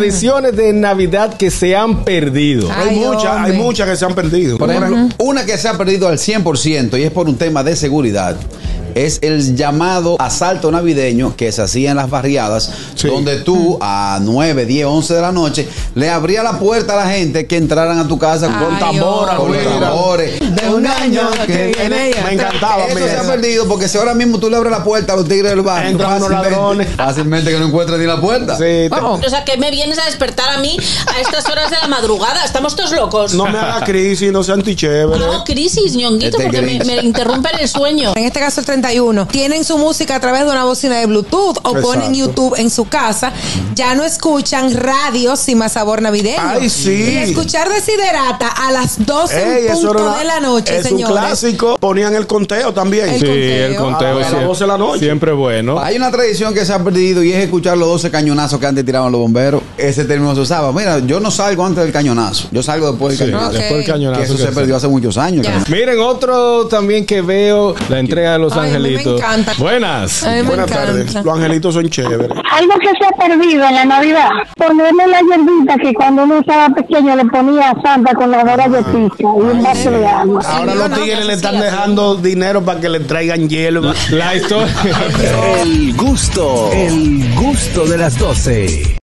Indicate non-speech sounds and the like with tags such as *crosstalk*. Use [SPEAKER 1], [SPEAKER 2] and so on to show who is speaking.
[SPEAKER 1] Tradiciones de Navidad que se han perdido.
[SPEAKER 2] Hay
[SPEAKER 3] Ay,
[SPEAKER 2] muchas,
[SPEAKER 3] hombre.
[SPEAKER 2] hay muchas que se han perdido.
[SPEAKER 3] Por ejemplo, una que se ha perdido al 100% y es por un tema de seguridad. Es el llamado asalto navideño que se hacía en las barriadas,
[SPEAKER 2] Sí.
[SPEAKER 3] donde tú a 9, 10, 11 de la noche le abría la puerta a la gente que entraran a tu casa
[SPEAKER 2] Con
[SPEAKER 3] con
[SPEAKER 2] tambora,
[SPEAKER 3] con
[SPEAKER 2] güey.
[SPEAKER 3] tambores.
[SPEAKER 2] De un año que viene y este Me encantaba,
[SPEAKER 3] Eso
[SPEAKER 2] mira.
[SPEAKER 3] se ha perdido porque si ahora mismo tú le abres la puerta a los tigres del barrio,
[SPEAKER 1] Entran unos
[SPEAKER 3] fácilmente-
[SPEAKER 1] ladrones.
[SPEAKER 3] fácilmente que no encuentran ni la puerta.
[SPEAKER 1] Sí, te-
[SPEAKER 4] O sea, que me vienes a despertar a mí a estas horas de la madrugada. Estamos todos locos.
[SPEAKER 2] No eh, me haga crisis, no sean antichévere.
[SPEAKER 5] Ah, pues,
[SPEAKER 4] No, crisis, ñonguito,
[SPEAKER 3] Este
[SPEAKER 4] porque me,
[SPEAKER 3] gris.
[SPEAKER 4] me interrumpen el sueño.
[SPEAKER 5] en este caso el 31, tienen su música a través de una bocina de Bluetooth o
[SPEAKER 2] Exacto.
[SPEAKER 5] ponen YouTube en su casa, ya no escuchan radio sin más sabor navideño.
[SPEAKER 2] Ay,
[SPEAKER 5] Y
[SPEAKER 2] sí.
[SPEAKER 5] escuchar Desiderata a las 12 en
[SPEAKER 2] Ey, eso
[SPEAKER 5] punto
[SPEAKER 2] era una-
[SPEAKER 5] de la noche,
[SPEAKER 2] es
[SPEAKER 5] señores.
[SPEAKER 2] un clásico. Ponían el conteo también.
[SPEAKER 5] El
[SPEAKER 1] sí,
[SPEAKER 5] conteo.
[SPEAKER 1] el conteo
[SPEAKER 2] A las
[SPEAKER 1] siempre-
[SPEAKER 2] 12 de la noche. Ah,
[SPEAKER 1] siempre bueno.
[SPEAKER 3] Pues Hay una tradición que se ha perdido y es escuchar los 12 cañonazos que antes tiraban los bomberos. Ese término se usaba. Mira, yo no salgo antes del cañonazo. Yo salgo después
[SPEAKER 1] Sí,
[SPEAKER 3] del cañonazo.
[SPEAKER 1] después del
[SPEAKER 5] Ok.
[SPEAKER 1] cañonazo
[SPEAKER 3] Que eso
[SPEAKER 1] que
[SPEAKER 3] se
[SPEAKER 1] hace.
[SPEAKER 3] perdió hace muchos años.
[SPEAKER 5] Ya.
[SPEAKER 1] Miren, otro también que veo, la entrega de los
[SPEAKER 5] Ay, a mí me
[SPEAKER 1] angelitos.
[SPEAKER 5] encanta.
[SPEAKER 1] Buenas.
[SPEAKER 5] A mí me
[SPEAKER 2] Buenas
[SPEAKER 5] encanta.
[SPEAKER 2] tardes. Los angelitos son chéveres.
[SPEAKER 6] Algo que se ha perdido en la Navidad, ponerle la hierbita que cuando uno estaba pequeño le ponía a Santa con la hora de pizza y un vaso de agua.
[SPEAKER 2] Ahora los tigres le están dejando dinero para que le traigan *laughs* hielo.
[SPEAKER 1] La historia.
[SPEAKER 5] Oh.
[SPEAKER 7] El gusto, el gusto de las doce.